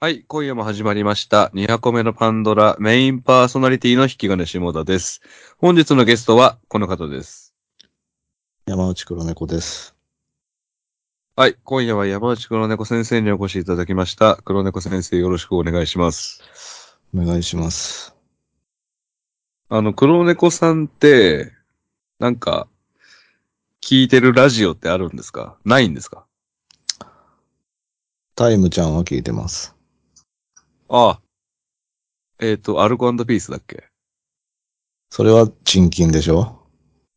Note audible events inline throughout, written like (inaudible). はい、今夜も始まりました。200個目のパンドラ、メインパーソナリティの引き金下田です。本日のゲストはこの方です。山内黒猫です。はい、今夜は山内黒猫先生にお越しいただきました。黒猫先生よろしくお願いします。お願いします。あの、黒猫さんって、なんか、聞いてるラジオってあるんですかないんですかタイムちゃんは聞いてます。ああ。えっ、ー、と、アルコピースだっけそれは、チンキンでしょ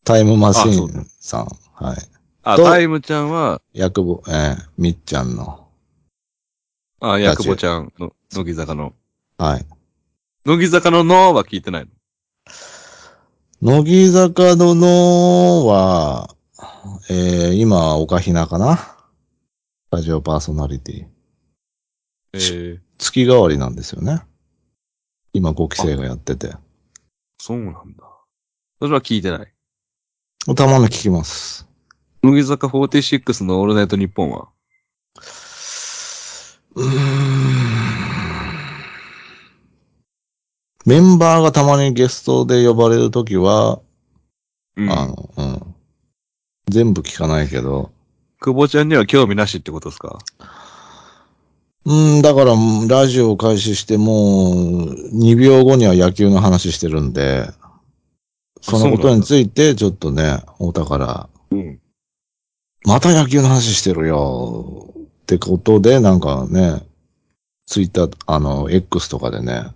タイムマシーンさん。ああはい。あ、タイムちゃんは、ヤクボ、ええー、みっちゃんの。ああ、ヤクボちゃんの、乃木坂の。はい。乃木坂ののは聞いてないの乃木坂ののは、ええー、今、岡ひなかなラジオパーソナリティ。えー、月替わりなんですよね。今5期生がやってて。そうなんだ。それは聞いてない。たまに聞きます。乃木坂46のオールナイトニッポンはうーん。メンバーがたまにゲストで呼ばれるときは、うん、あの、うん。全部聞かないけど。久保ちゃんには興味なしってことですかうん、だから、ラジオを開始してもう、2秒後には野球の話してるんで、そのことについて、ちょっとね、お宝、うん。また野球の話してるよ、ってことで、なんかね、ツイッター、あの、X とかでね、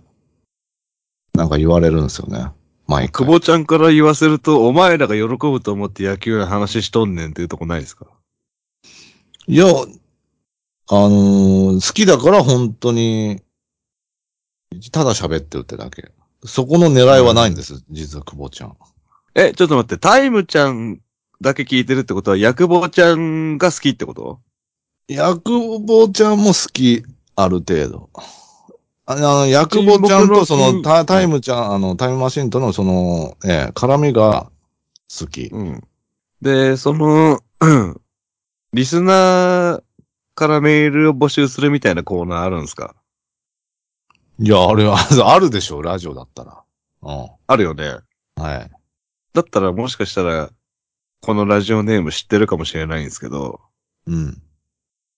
なんか言われるんですよね。毎回。久保ちゃんから言わせると、お前らが喜ぶと思って野球の話しとんねんっていうとこないですかいや、あのー、好きだから本当に、ただ喋ってるってだけ。そこの狙いはないんです、うん、実は久保ちゃん。え、ちょっと待って、タイムちゃんだけ聞いてるってことは、ヤクボちゃんが好きってことヤクボちゃんも好き、ある程度。あの、ヤクボちゃんとそのタ、タイムちゃん、あの、タイムマシンとのその、えー、絡みが好き。うん。で、その、リスナー、からメールを募集するみたいなコーナーあるんですかいや、あれは、あるでしょ、ラジオだったら。うん。あるよね。はい。だったらもしかしたら、このラジオネーム知ってるかもしれないんですけど。うん。 (laughs)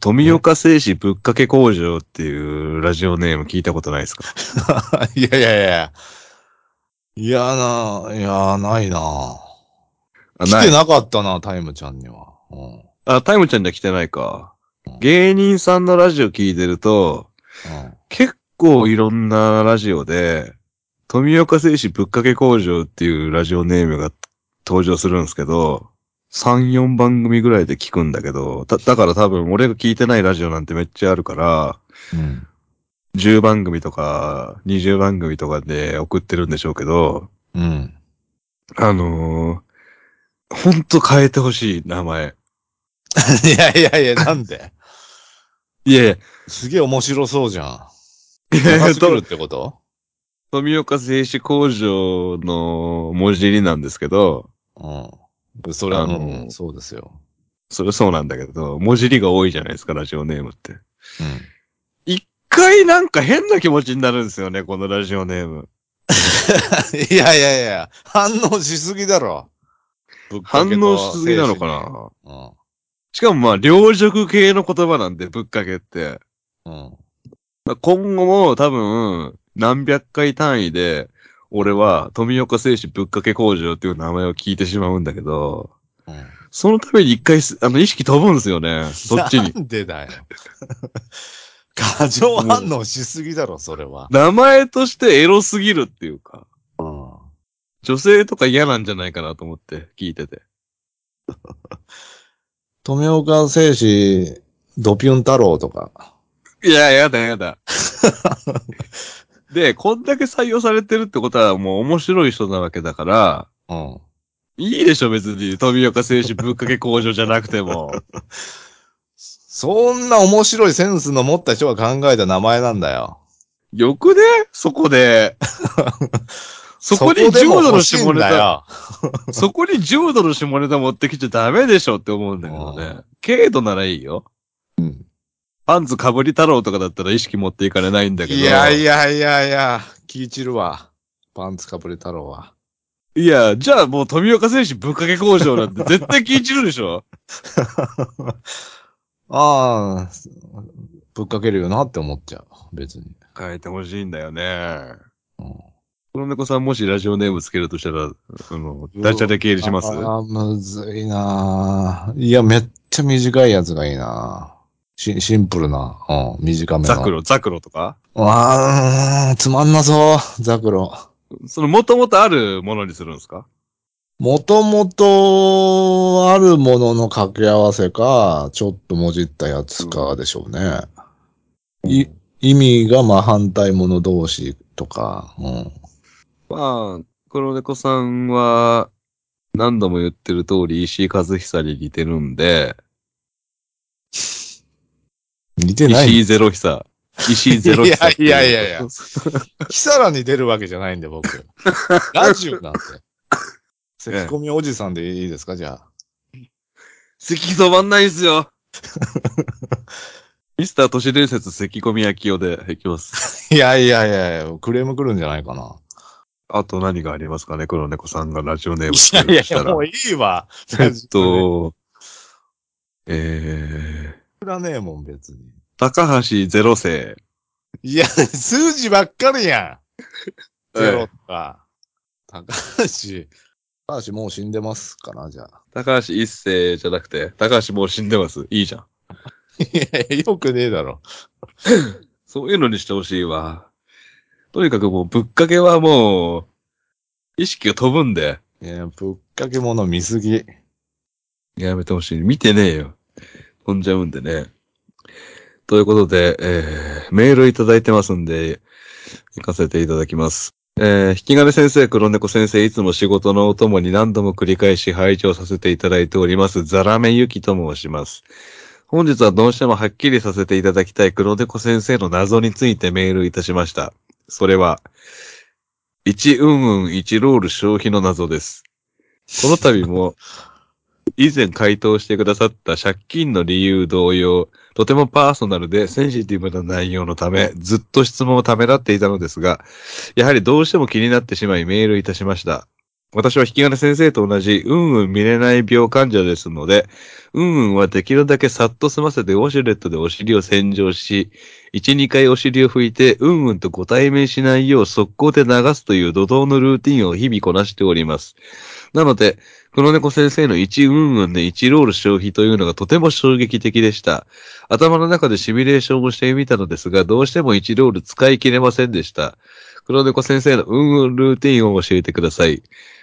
富岡製紙ぶっかけ工場っていうラジオネーム聞いたことないですかいやいやいや。いやな、いや、ないな。来てなかったな、タイムちゃんには。うんあ、タイムちゃんじゃ来てないか。芸人さんのラジオ聞いてると、うん、結構いろんなラジオで、富岡製紙ぶっかけ工場っていうラジオネームが登場するんですけど、3、4番組ぐらいで聞くんだけど、だ、だから多分俺が聞いてないラジオなんてめっちゃあるから、うん、 10番組とか、20番組とかで送ってるんでしょうけど、うん、あのー、ほんと変えてほしい、名前。 (laughs) いやいやいや、なんでいやいや。 (laughs) すげえ面白そうじゃん。いやいや、取るってこと富岡製紙工場の文字入りなんですけど。うん。それは、あの、うん、そうですよ。それそうなんだけど、文字入りが多いじゃないですか、ラジオネームって。うん。一回なんか変な気持ちになるんですよね、このラジオネーム。いやいやいや、反応しすぎだろ。反応しすぎなのかな。うん。しかもまあ、両軸系の言葉なんで、ぶっかけって。うん。今後も多分、何百回単位で、俺は富岡製紙ぶっかけ工場っていう名前を聞いてしまうんだけど、うん、そのために一回、あの、意識飛ぶんですよね。そっち (laughs) に。なんでだよ。過剰反応しすぎだろ、それは。名前としてエロすぎるっていうか。うん。女性とか嫌なんじゃないかなと思って、聞いてて。富岡製紙、ドピュン太郎とか。いや、やだやだ。で、こんだけ採用されてるってことはもう面白い人なわけだから、うん。いいでしょ、別に。富岡製紙ぶっかけ工場じゃなくても。そんな面白いセンスの持った人が考えた名前なんだよ。よくねそこ (laughs) で。そこに重度の下ネタ、そこに重度の下ネタ持ってきちゃダメでしょって思うんだけどね。軽度ならいいよ。うん。パンツかぶり太郎とかだったら意識持っていかれないんだけど。いやいや。やいやいや、気い散るわ。パンツかぶれ太郎は。 (laughs) いや、じゃあもう富岡選手ぶっかけ工場なんて絶対気い散るでしょああ、ぶっかけるよなって思っちゃう。別に。 (laughs) 変えてほしいんだよね。うん黒猫さんもしラジオネームつけるとしたら、あの、ダチャレ経理しますああ、むずいなあいや、めっちゃ短いやつがいいなあしシンプルな。うん、短めの。ザクロ、ザクロとかあー、つまんなそう、ザクロ。その、もともとあるものにするんですかもともとあるものの掛け合わせか、ちょっともじったやつかでしょうね。い意味がまあ反対もの同士とか、うん。まあ、黒猫さんは、何度も言ってる通り、石井和久に似てるんで、似てない。石井ゼロ久。石井ゼロ久。いやいやいやいや。キサラに出るわけじゃないんで、 (laughs) 僕。ラジオなんて。えせき込みおじさんでいいですか、じゃあ。咳止まんないんすよ。ミスター都市伝説咳込み焼きよでいきます。いやいやいやいや、クレーム来るんじゃないかな。あと何がありますかね黒猫さんがラジオネームつけるとしたら。ういいわ。えっと、えー、 (laughs) 知らねえもん、別に。高橋ゼロ世。いや、数字ばっかりやん。ゼロとか。高橋。高橋もう死んでますかな、じゃあ。高橋一世じゃなくて、高橋もう死んでます。いいじゃん。いや、よくねえだろ。そういうのにしてほしいわ。とにかくもうぶっかけはもう、意識が飛ぶんで、いや、ぶっかけ物見すぎ。やめてほしい。見てねえよ。飛んじゃうんでね。ということで、えー、メールいただいてますんで、行かせていただきます。えー、引き金先生、黒猫先生、いつも仕事のお供に何度も繰り返し拝聴させていただいております、ザラメユキと申します。本日はどうしてもはっきりさせていただきたい黒猫先生の謎についてメールいたしました。それは、1うんうん1ロール消費の謎です。この度も、以前回答してくださった借金の理由同様、とてもパーソナルでセンシティブな内容のため、ずっと質問をためらっていたのですが、やはりどうしても気になってしまいメールいたしました。私は引き金先生と同じ、うんうん見れない病患者ですので、うんうんはできるだけさっと済ませてウォシュレットでお尻を洗浄し、1、2回お尻を拭いて、うんうんとご対面しないよう速攻で流すという怒涛のルーティンを日々こなしております。なので、黒猫先生の1うんうんで1ロール消費というのがとても衝撃的でした。頭の中でシミュレーションをしてみたのですが、どうしても1ロール使い切れませんでした。黒猫先生のうんうんルーティンを教えてください。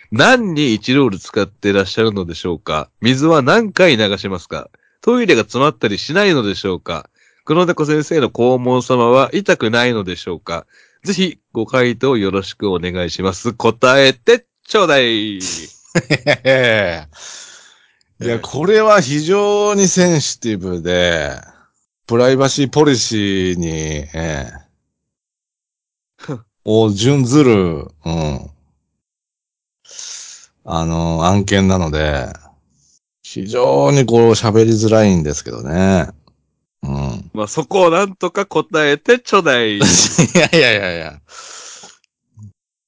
何に1ロール使ってらっしゃるのでしょうか水は何回流しますかトイレが詰まったりしないのでしょうか黒猫先生の肛門様は痛くないのでしょうかぜひご回答よろしくお願いします。答えてちょうだい。いや、これは非常にセンシティブで、プライバシーポリシーに、ええを準ずる、うん。あの、案件なので、非常にこう喋りづらいんですけどね。うん。まあ、そこをなんとか答えてちょうだ (laughs) い。 (laughs) いやいやいやいや。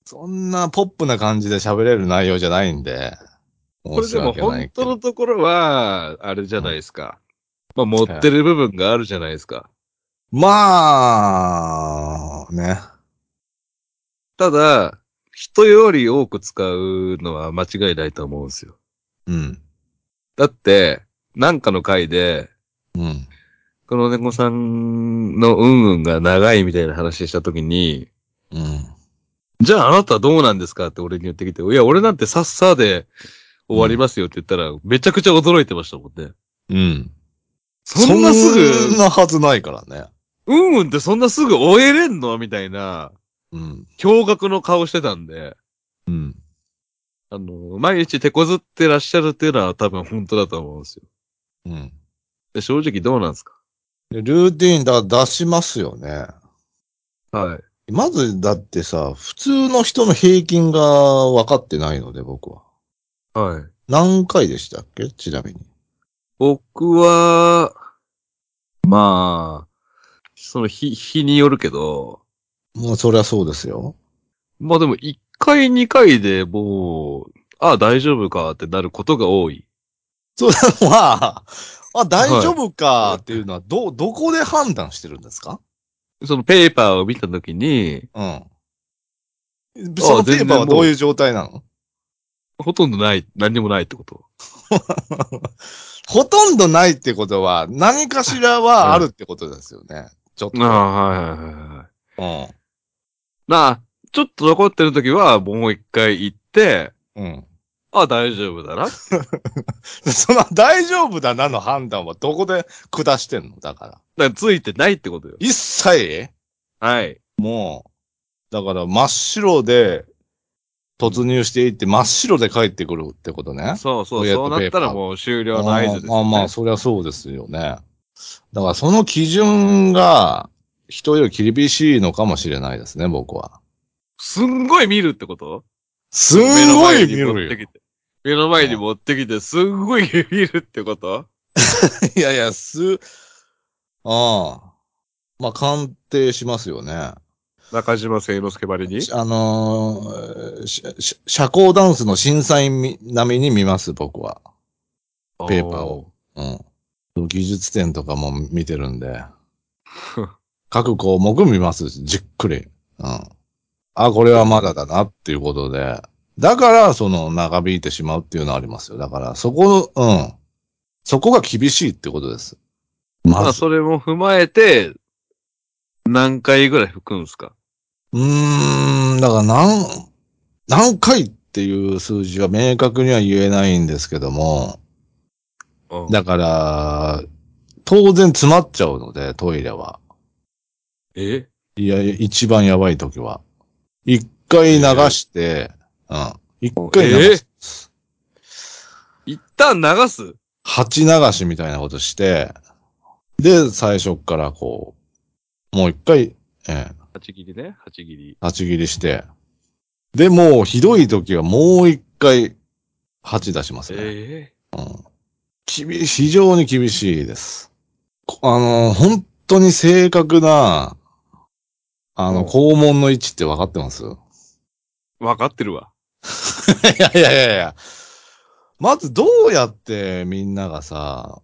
そんなポップな感じで喋れる内容じゃないんで。これでも申し訳な本いけ当どのところは、あれじゃないですか。まあ、持ってる部分があるじゃないですか。まあ、ね。ただ、人より多く使うのは間違いないと思うんですよ。うん。だって、なんかの回で、うん。この猫さんのうんうんが長いみたいな話したときに、うん。じゃああなたどうなんですかって俺に言ってきて、いや、俺なんてさっさで終わりますよって言ったら、めちゃくちゃ驚いてましたもんね。うん。そんなすそんぐ、なはずないからね。うんうんってそんなすぐ終えれんのみたいな、うん。驚愕の顔してたんで、うん。あの、毎日手こずってらっしゃるっていうのは多分本当だと思うんですよ。うん。で正直どうなんですかでルーティーンだから出しますよね。はい。まず、だってさ、普通の人の平均が分かってないので、僕は。はい。何回でしたっけちなみに。僕は、まあ、その日、日によるけど、もうそりゃそうですよ。まあでも1回2回でもう、ああ大丈夫かってなることが多い。そうだ、まあ、あ、大丈夫かっていうのは、ど、どこで判断してるんですかそのペーパーを見たときに、うん。そのペーパーはどういう状態なのほとんどない、何にもないってこと。ほとんどないってことは、何かしらはあるってことですよね。ちょっと。ああ、はいはいはいはい。うん。なあ、ちょっと残ってるときはもう一回行って、うん。ああ大丈夫だな。その大丈夫だなの判断はどこで下してんのだから。だからついてないってことよ。一切はい。もう、だから真っ白で突入していって真っ白で帰ってくるってことね。そうそう、トイレッそトうなったペーパらーもう終了の合図です、ね。あーまあまあ、そりゃそうですよね。だからその基準が人より厳しいのかもしれないですね、僕は。すんごい見るってことすんごい見目の前に持ってるよ。きて。目の前に持ってきて、すんごい見るってこといやいや、す、ああ。まあ、鑑定しますよね。中島聖之介ばりにあのーしし社交ダンスの審査員み並みに見ます、僕は。ペーパーを。うん。技術点とかも見てるんで。各項目見ますし、じっくり。うん。あ、これはまだだなっていうことで。だから、その、長引いてしまうっていうのはありますよ。だから、そこの、うん。そこが厳しいってことです。ままあ、ず。それも踏まえて、何回ぐらい吹くんすかうーん、だから、何、何回っていう数字は明確には言えないんですけども、うんだから、当然詰まっちゃうので、トイレは。えいや、一番やばい時は。一回流して、うん。一回流し、一旦流す鉢流しみたいなことして、で、最初っからこう、もう一回、ええ、八切りね、八切り。立ち切りして、で、もうひどい時はもう一回、鉢出しますね。ええ厳しい、非常に厳しいです。こあの、本当に正確な、あうの、ん肛門の位置って分かってますわかってるわ。いやいやいやいや。まずどうやってみんながさ、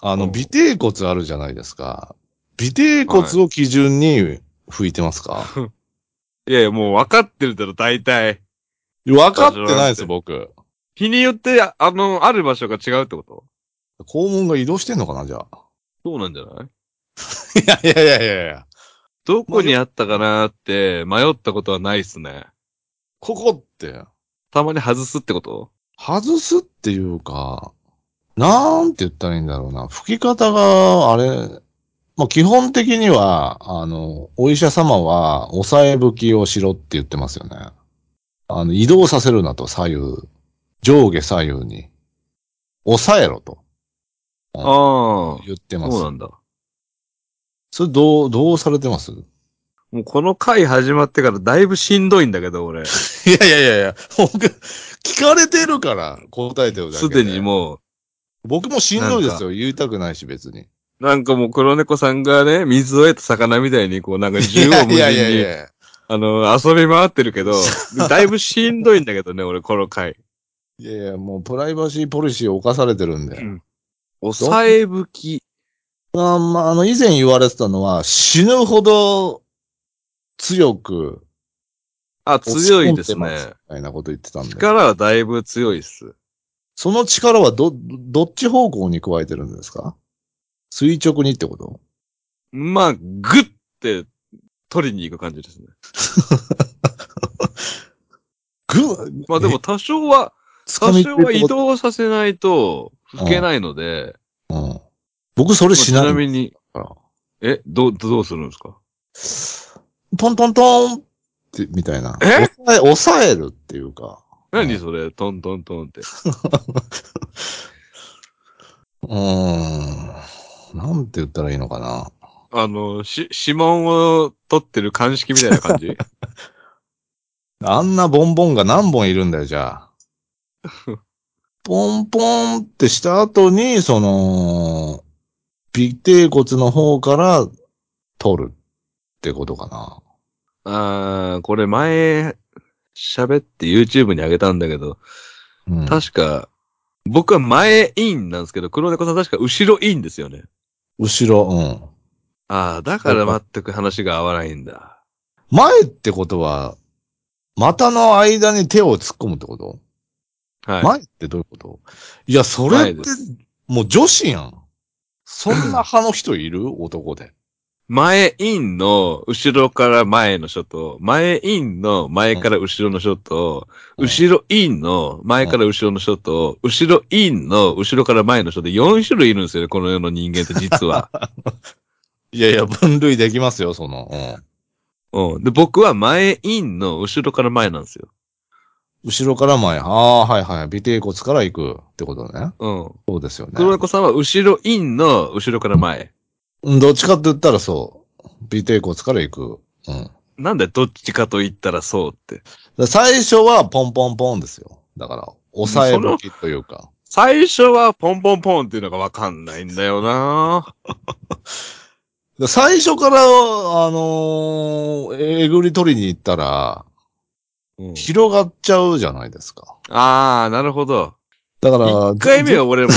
あうの、ん尾低骨あるじゃないですか。尾低骨を基準に拭いてますか、いやいや、もうわかってるだろ、大体。分かって (laughs) ないです、僕。日によって、ああの、ある場所が違うってこと肛門が移動してんのかな、じゃあ。そうなんじゃないいやいやいやいやいや。どこにあったかなーって迷ったことはないっすね。ここって、たまに外すってこと外すっていうか、なんて言ったらいいんだろうな。吹き方が、あれ、まあ、基本的には、あの、お医者様は、押さえ吹きをしろって言ってますよね。あの、移動させるなと、左右。上下左右に。押さえろとあ言ってあ、ます。そうそなんだ。れ、どう、どうされてますいもうこの回始まってからだいぶしんどいんだけど、俺。すやいやいやいや、僕、聞かれてるから、答えてるだけでにもう。僕もしんどいでなんすよ。言いたくないし、別に。う、なんかもう黒猫さんがね、水を得た魚みたいに、こう (laughs) なんかい縦や横無いやいやい尽に、や。あの、遊び回ってるけど、だいぶしんどいんだけどね、俺、この (laughs) 回。いやいや、もうプライバシーポリシーを犯されてるんで。うん押さえ吹き。あまあ、あの、以前言われてたのは、死ぬほど強く、あ、強いですね押し込ん。ますみたいなこと言ってたんで。力はだいぶ強いっす。その力はど、どっち方向に加えてるんですか垂直にってことまあ、ぐって取りに行く感じですね。ぐ、まあでも多少は、多掴み少はって移こと動させないと吹けないので、うん。僕それまあしちないなみに、から。え、どう、どうするんですかトントントンって、みたいな。え抑え、抑えるっていうか。何それ、トントントンって。うーん。なんて言ったらいいのかな。あの、し、指紋を取ってる鑑識みたいな感 (laughs) じあんなボンボンが何本いるんだよ、じゃあ。ポンポンってした後に、その、尾低骨の方から取るってことかな。あー、これ前、喋って YouTube に上げたんだけど、うん、確か、僕は前インなんですけど、黒猫さん確か後ろインですよね。後ろ、うん。ああ、だから全く話が合わないんだ。前ってことは、股の間に手を突っ込むってこと、はい。前ってどういうこといや、それ前ってで、すもう女子 (laughs) やん。そんな派の人いる男で。前インの後ろから前のショット、前インの前から後ろのショット、うん後ろインの前から後ろのショット、後ろインの後ろから前のショット、4種類いるんですよね、この世の人間って実 (laughs) は。いやいや、分類できますよ、その。うんうん。で、僕は前インの後ろから前なんですよ。後ろから前。ああ、はいはい。尾低骨から行くってことね。うん。そうですよね。黒猫さんは後ろインの後ろから前。うんどっちかって言ったらそう。尾低骨から行く。うん。だかなんでどっちかと言ったらそうって。ら最初はポンポンポンですよ。だから、抑え向きというか。最初はポンポンポンっていうのがわかんないんだよなで最初から、あのーえぐり取りに行ったら、うん広がっちゃうじゃないですか。ああ、なるほど。だから、一回目は、は俺も、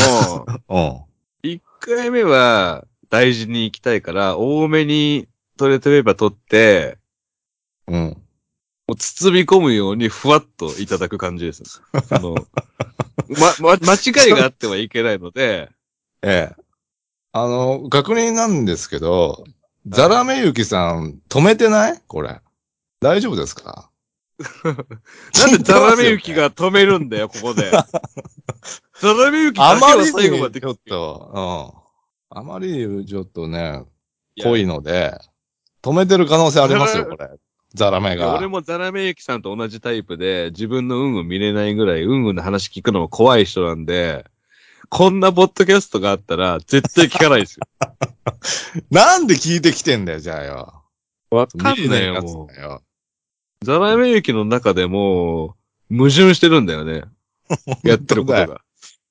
うん。 (laughs) 一回目は大事に行きたいから、多めにトイレットペーパー取って、うん。もう包み込むようにふわっといただく感じです。そ (laughs) の、ま、ま、間違いがあってはいけないので、ええ。あの、確認なんですけど、ザラメユキさん、止めてないこれ。大丈夫ですか (laughs) なんでザラメユキ聞いてが止めるんだよ、ここ (laughs) で。ザラメユキだますけはよね、最後 (laughs) あままりにでちょっと、うん。あまりにちょっとね、いや濃いので、止めてる可能性ありますよ、これ。ザラメいやが。俺もザラメユキさんと同じタイプで、自分の運を見れないぐらい、運運の話聞くのも怖い人なんで、こんなポッドキャストがあったら、絶対聞かないです (laughs) よ。なんで聞いてきてんだよ、じゃあよ。わ見てねえやつだよ。ザラメユキの中でも、矛盾してるんだよ (laughs) ね。やってることが。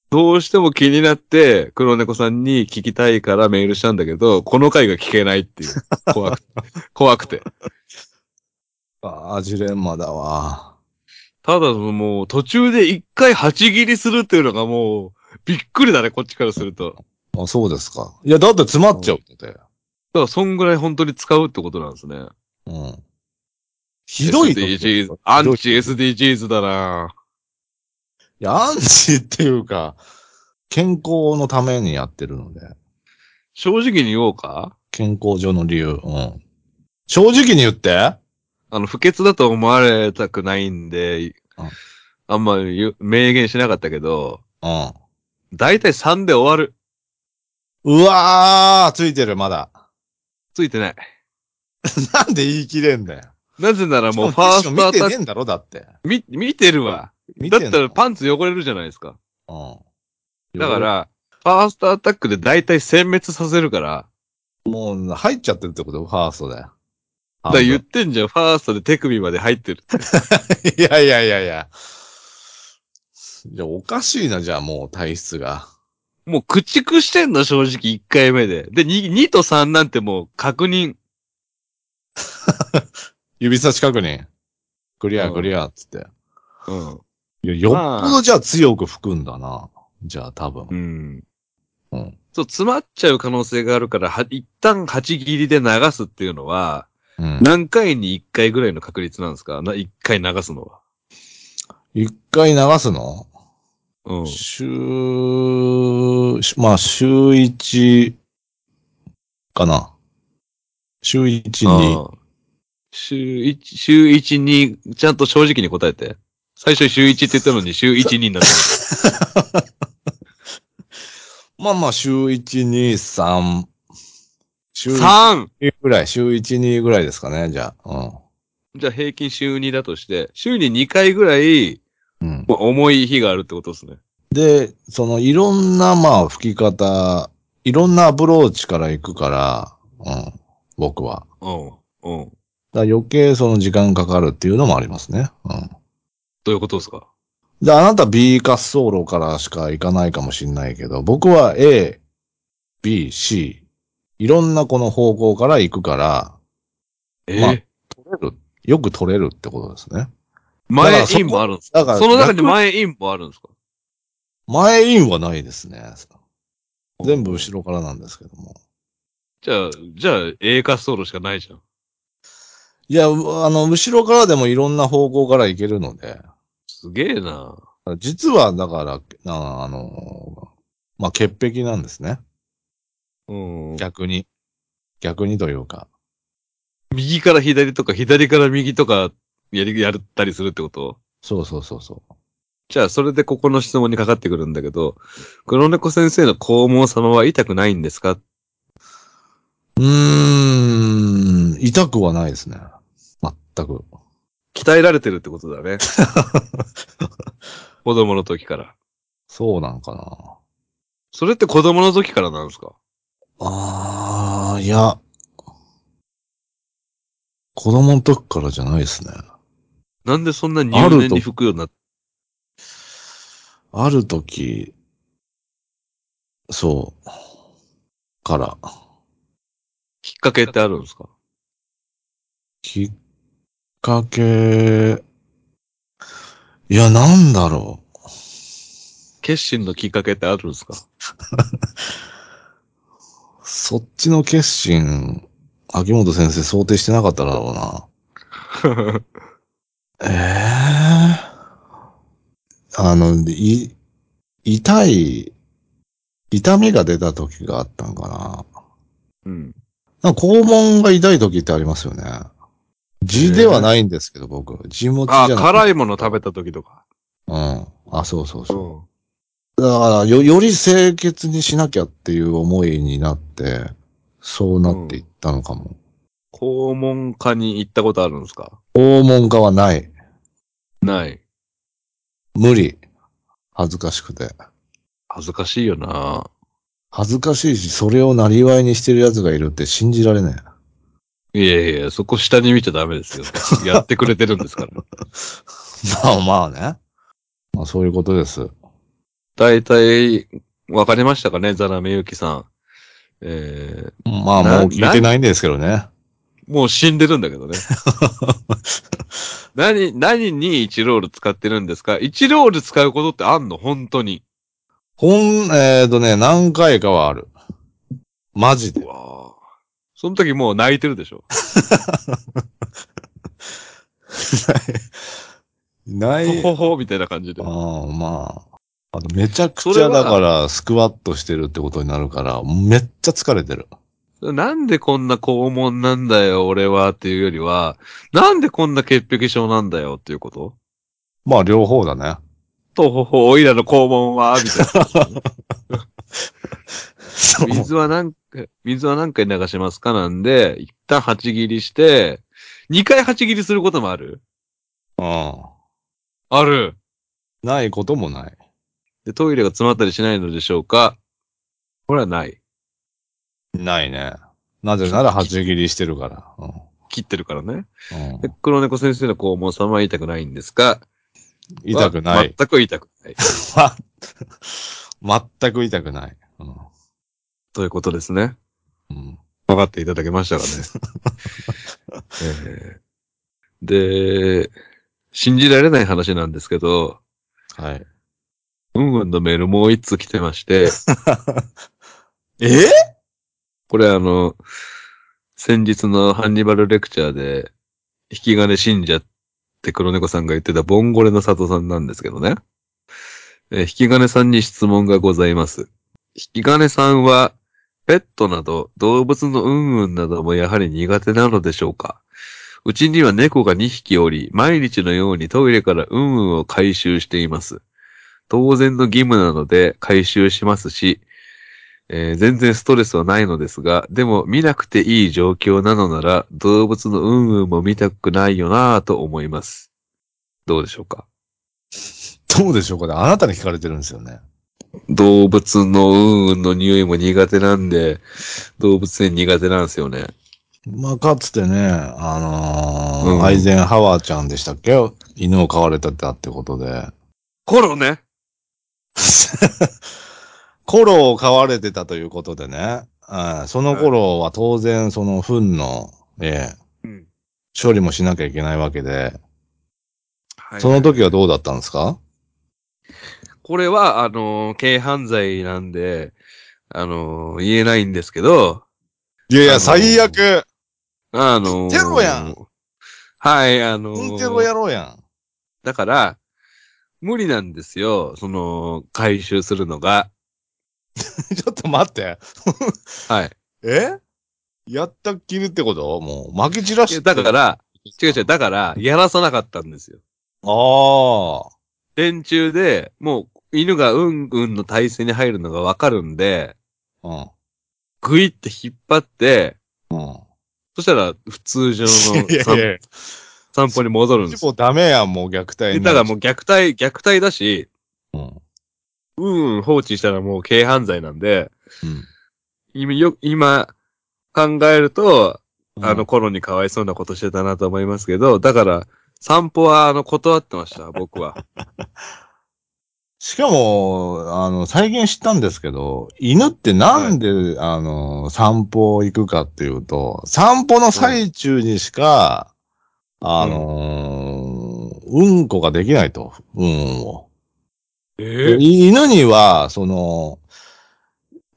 どうしても気になって、黒猫さんに聞きたいからメールしたんだけど、この回が聞けないっていう。怖 (laughs) くて。怖くて。ああ、ジレンマだわ。ただ、もう、途中で一回八切りするっていうのがもう、びっくりだね、こっちからすると。あ、そうですか。いや、だって詰まっちゃうので。だから、そんぐらい本当に使うってことなんですね。うん。ひどいと思う。 SDGs。アンチひどい SDGs だないや、アンチっていうか、健康のためにやってるので。正直に言おうか健康上の理由。うん。正直に言ってあの、不潔だと思われたくないんであ、あんまり言う明言しなかったけど、うん。だいたい3で終わる。うわー、ついてる、まだ。 (laughs) ついてない。なんで言い切れんだよ。なぜならもうしフかァーティッシュストアタ見てッねク、えんだろ、だって。み、見てるわ。見だてっんのたらパンツ汚れるじゃないですか。うん。だか、ら、ファーストアタックでだいたい殲滅させるから、もう入っちゃってるってことファーストで。だから言ってんじゃん、ファーストで手首まで入ってる。いやいやいやいや。いや、おかしいな、じゃあもう体質が。もう駆逐してんの、正直、1回目で。で、2、2と3なんてもう確認。指差し確認。クリうア、んクリア、つって。うん。いや、よっぽどじゃあ強く吹くんだな。じゃあ多分。うん。うん。そう、詰まっちゃう可能性があるから、は、一旦8切りで流すっていうのは、うん。何回に1回ぐらいの確率なんですかな、1回流すのは。一回流すのうん。週、まあ週一かな。週一に。ああ週1、週1に、ちゃんと正直に答えて。最初週1って言ったのに週1になってる。まあまあ週一に三。週一 3! ぐらい、週一にぐらいですかね、じゃあ。じゃあ平均週2だとして、週に2回ぐらい、うん。うん。まあ重い日があるってことですね。で、そのいろんなまあ吹き方、いろんなアプローチから行くから、うん、僕は。うん。うん。だから余計その時間かかるっていうのもありますね。うん。どういうことですかで、あなた B 滑走路からしか行かないかもしれないけど、僕は A、B、C、いろんなこの方向から行くから、えまあ取れる、よく取れるってことですね。前インもあるんですかだからその中に前インもあるんですか前インはないですね。全部後ろからなんですけども。じゃあ、じゃあ、A 滑走路しかないじゃん。いや、うあの、後ろからでもいろんな方向から行けるので、すげえな。実はだから、ああの、まあ、潔癖なんですね。うん。逆に。逆にというか。右から左とか、左から右とか、やり、やったりするってことそうそうそうそう。じゃあ、それでここの質問にかかってくるんだけど、黒猫先生の肛門様は痛くないんですかうーん、痛くはないですね。全く。鍛えられてるってことだ (laughs) ね。子供の時から。そうなんかな。それって子供の時からなんですかあー、いや。子供の時からじゃないですね。なんでそんな入ある念とに拭くようになったある時、そう、から、きっかけってあるんですかきっかけ、いや、なんだろう。決心のきっかけってあるんです (laughs) かそっちの決心、秋元先生想定してなかっただろうな。ええあの、い、痛い、痛みが出た時があったんかな。うん。なんか肛門が痛い時ってありますよね。字ではないんですけど、僕。字持ちあじゃなく辛いもの食べた時とか。うん。あ、そうそううそん。う。だから、よ、より清潔にしなきゃっていう思いになって、そうなっていったのかも。肛門科に行ったことあるんですか肛門科はない。ない。無理。恥ずかしくて。恥ずかしいよな恥ずかしいし、それをなりわいにしてる奴がいるって信じられない。いやいや、そこ下に見ちゃダメですよ。 (laughs) やってくれてるんですから。まあまあね。まあそういうことです。大体、わかりましたかねザラメユキさん。えー、まあなもう聞いてないんですけどね。もう死んでるんだけど (laughs) ね。何、何に1ロール使ってるんですか ?1 ロール使うことってあんの本当に。ほん、えっ、とね、何回かはある。マジうで。わあその時もう泣いてるでしょ。なほい。ほほみたいな感じで。ああ、まあ。あとめちゃくそちれゃはだからスクワットしてるってことになるから、めっちゃ疲れてる。なんでこんな肛門なんだよ、俺はっていうよりは、なんでこんな潔癖症なんだよっていうことまあ両方だね。とほほ、おいらの肛門は、みたいなことですね。そう。水は何回、水は何回流しますかなんで、一旦鉢切りして、二回鉢切りすることもあるうん。ある。ないこともない。で、トイレが詰まったりしないのでしょうかこれはない。ないね。なぜなら鉢切りしてるから。うん。切ってるからね。うんで、黒猫先生の肛門さんは痛くないんですか痛くない。全く痛くない。ま、 (laughs) 全く痛くない。うん。ということですね。うん。分かっていただけましたかね。えーで、信じられない話なんですけど、はい。うんうんのメールもう一通来てまして、えこれあの、先日のハンニバルレクチャーで、引き金信者って黒猫さんが言ってたボンゴレの里さんなんですけどね。えー引き金さんに質問がございます。引き金さんは、ペットなど動物のうんうんなどもやはり苦手なのでしょうかうちには猫が2匹おり、毎日のようにトイレからうんうんを回収しています。当然の義務なので回収しますし、えー全然ストレスはないのですが、でも見なくていい状況なのなら、動物のうんうんも見たくないよなぁと思います。どうでしょうかどうでしょうかねあなたに聞かれてるんですよね。動物のうんうんの匂いも苦手なんで、動物園苦手なんですよね。まあ、かつてね、あのーうんアイゼンハワーちゃんでしたっけ犬を飼われたってあってことで。コロねコロを飼われてたということでね。あその頃は当然、その、糞の、えうえ、ん。処理もしなきゃいけないわけで、はいその時はどうだったんですかこれは、あのー軽犯罪なんで、あのー言えないんですけど、いやいあや、の最悪あのーテロやんはい、あのー運転をやろうやん。 (laughs) だから、無理なんですよ、その、回収するのが。ちょっと待って。はい。えやったっきりってこともう、負け散らいしやてだるから、違う違う、だから、やらさなかったんですよ。ああ。電柱で、もう、犬がうんうんの体勢に入るのがわかるんで、うん。ぐいって引っ張って、うん。そしたら、普通常の (laughs) いやい散や、散歩に戻るんです一歩ダメやん、もう虐待でにたなだるもう虐待、虐待だし、うん。うんうん放置したらもう軽犯罪なんで、うん。今、よ、今、考えると、あうのん、頃にかわいそうなことしてたなと思いますけど、だから、散歩は、あの、断ってました、僕は。しかも、あの、最近知ったんですけど、犬ってなんで、あの、散歩行くかっていうと、散歩の最中にしか、あのーうんこができないと、うんを。えい犬には、その、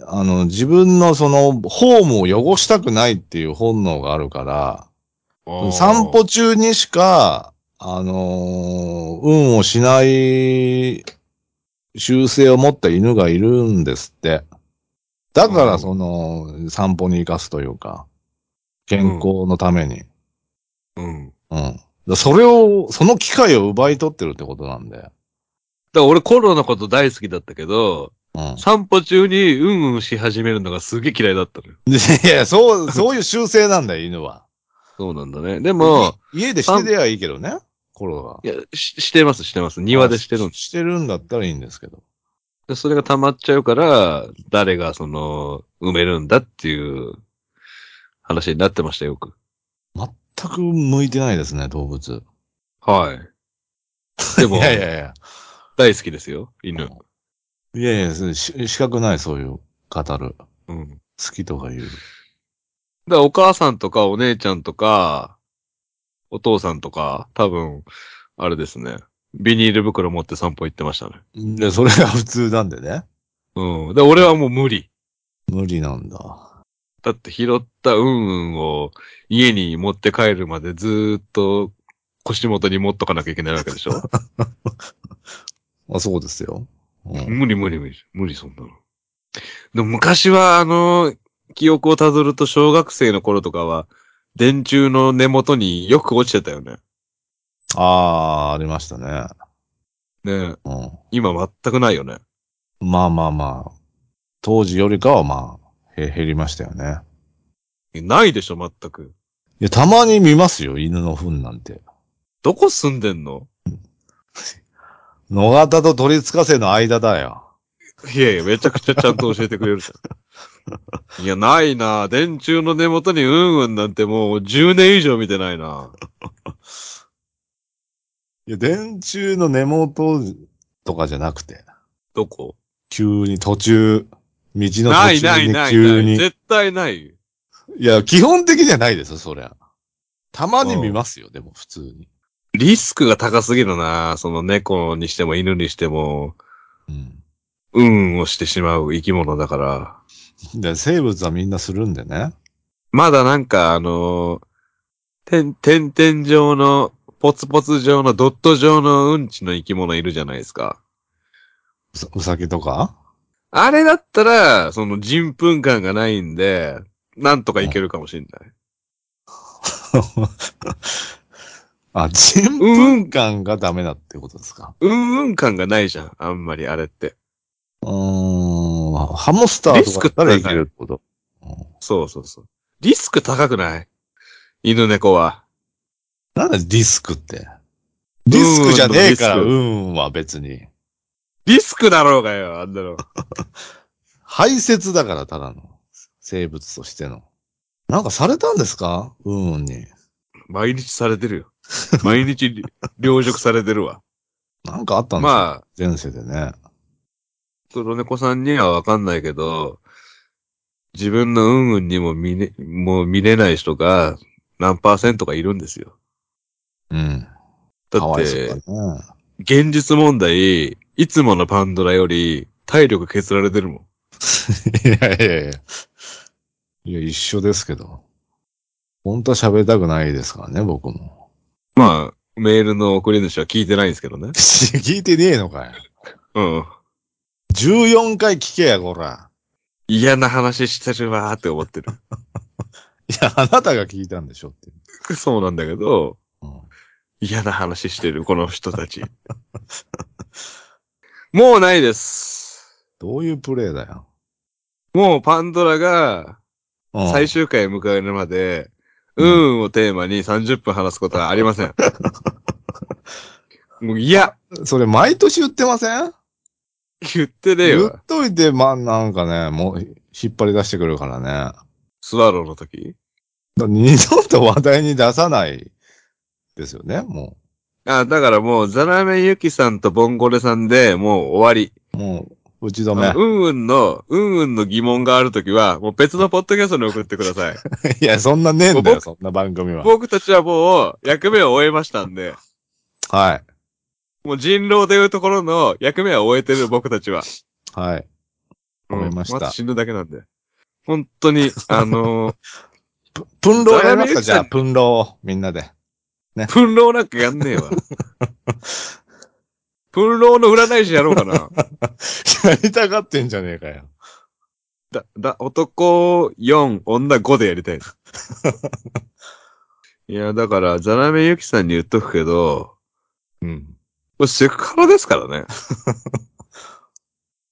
あの、自分のその、ホームを汚したくないっていう本能があるから、散歩中にしか、あのー運をしない習性を持った犬がいるんですって。だかうら、んその、散歩に生かすというか、健康のために。うん。だかうん。だそれを、その機会を奪い取ってるってことなんで。ら俺、コロのこと大好きだったけど、うん。 (laughs) 散歩中に、うんうんし始めるのがすげえ嫌いだったのよ。いやいや、そう、そういう習性なんだよ、犬は。そうなんだね。でも、家でしてりゃいいけどね、コロが。いや、し、してます、してます。庭でしてるんあししてるんだったらいいんですけど。で、それが溜まっちゃうから、誰がその、埋めるんだっていう話になってましたよ、よく。全く向いてないですね、動物。はい。でいも、やいやいや。大好きですよ、犬。いやいやそうし、資格ない、そういう、語る。うん。だか好きとか言う。らお母さんとかお姉ちゃんとか、お父さんとか、多分、あれですね。ビニール袋持って散歩行ってましたね。で、それが普通なんでね。うん。で、俺はもう無理。無理なんだ。だって拾ったうんうんを家に持って帰るまでずーっと腰元に持っとかなきゃいけないわけでしょあ、そうですよ。うん。無理無理無理。無理そんなの。でも昔はあの、記憶をたどると小学生の頃とかは、電柱の根元によく落ちてたよね。ああー、ありましたね。ねえうん。今全くないよね。まあまあまあ。当時よりかはまあ、へ減りましたよね。ないでしょ、全く。いや、たまに見ますよ、犬の糞なんて。どこ住んでんの野方と鳥つかせの間だよ。いやいや、めちゃくちゃちゃんと教えてくれるじゃん。いや、ないな電柱の根元にうんうんなんてもう10年以上見てないないや、電柱の根元とかじゃなくて、どこ急に途中、道の途ないな中いにない急ない。に。い絶対ない。や、基本的じゃないですよ、そりゃ。たまに見ますよ、でも普通に。リスクが高すぎるなその猫にしても犬にしても、うん。うんうんをしてしまう生き物だから。で、生物はみんなするんでね。まだなんかあのー、点、点々状の、ポツポツ状のドット状のうんちの生き物いるじゃないですか。うさうさぎとか (laughs) あれだったら、その人糞感がないんで、なんとかいけるかもしれない。あ、人文感がダメだってことですか。うんうん感がないじゃん。あんまりあれって。うーん、ハムスターとかだったらいけるってこと。そうそうそう。リスク高くない犬猫は。なんだリスクって。リスクじゃねえから、ううんんは別に。リスクだろうがよ、あんなの。排泄だから、ただの。生物としての。なんかされたんですかうんに。毎日されてるよ。毎日、凌辱されてる (laughs) わ。なんかあったんですか、まあ、前世でね。黒猫さんにはわかんないけど、自分のうんうんにも見れ、もう見れない人が何パーセントかいるんですよ。うん。だかっわいそうてだ、ね。現実問題、いつものパンドラより体力削られてるもん。いやいやいや。いや、一緒ですけど。本当は喋りたくないですからね、僕も。まあ、メールの送り主は聞いてないんですけどね。 (laughs) 聞いてねえのかよ。うん。 14回聞けや、こら。嫌な話してるわーって思ってる。 (laughs) いや、あなたが聞いたんでしょって。そうなんだけど、うん、嫌な話してる、この人たち。もうないです。どういうプレイだよ。もうパンドラがうん最終回迎えるまで、うん、をテーマに30分話すことはありません。もう嫌それ毎年言ってません言ってねえ言わっ。といて、まあなんかね、もう引っ張り出してくるからね。だかスワローの時ら二度と話題に出さないですよね、もあ、だからもう、ザラメユキさんとボンゴレさんでもう終わり。う。もう、打ち止あめの。うんうんの、うんうんの疑問があるときは、もう別のポッドキャストに送ってくだ (laughs) さい。 (laughs) いや、そんなねえんだ僕よ、そんな番組は。僕たちはもう、役目を終えましたんで、はい。もう人狼でいうところの役目は終えてる僕たちは。はい。うん (laughs) 終えましたと死ぬだけなんで。本当に、あ (laughs) のー、プンローやりザラますメユかキじゃさあ、んプンローを、み (laughs) んなで。分浪なんかやんねえ (laughs) わ。分浪の占い師やろうかな。やりたがってんじゃねえかよ。だ、だ、男4、女5でやりたい (laughs) です。いや、だから、ザラメユキさんに言っとくけど、うん。これセクハラですからね。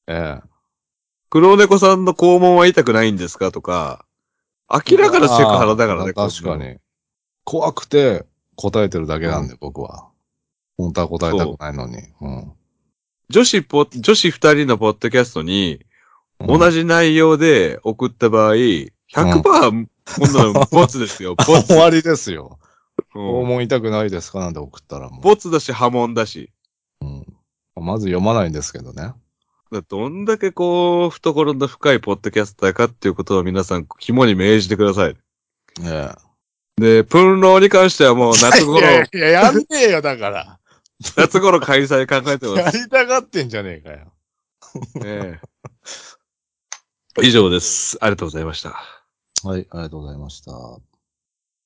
ええ。黒猫さんの肛門は痛くないんですかとか、明らかなセクハラだからね。あー確かこんなの。に。怖くて答えてるだけなんで、僕は。本当は答えたくないのに。うん。女子ポ、女子二人のポッドキャストに、同じ。じ内容で送った場合、100%、こんなのボツですよ。ボツ終。わりですよ。う訪 (laughs) ん問痛くないですかなんて送ったらもうボツだし、波紋だし。。うんまず読まないんですけどね。だどんだけこう、懐の深いポッドキャスターかっていうことを皆さん肝に銘じてください。えで、プンローに関しては (laughs) もうえ。夏い頃、やいや、やんねえよ、だから。夏頃開催考えてまやす。りたがってんじゃねえかよ。 (laughs) ええ以上です。ありがとうございました。はい、ありがとうございました。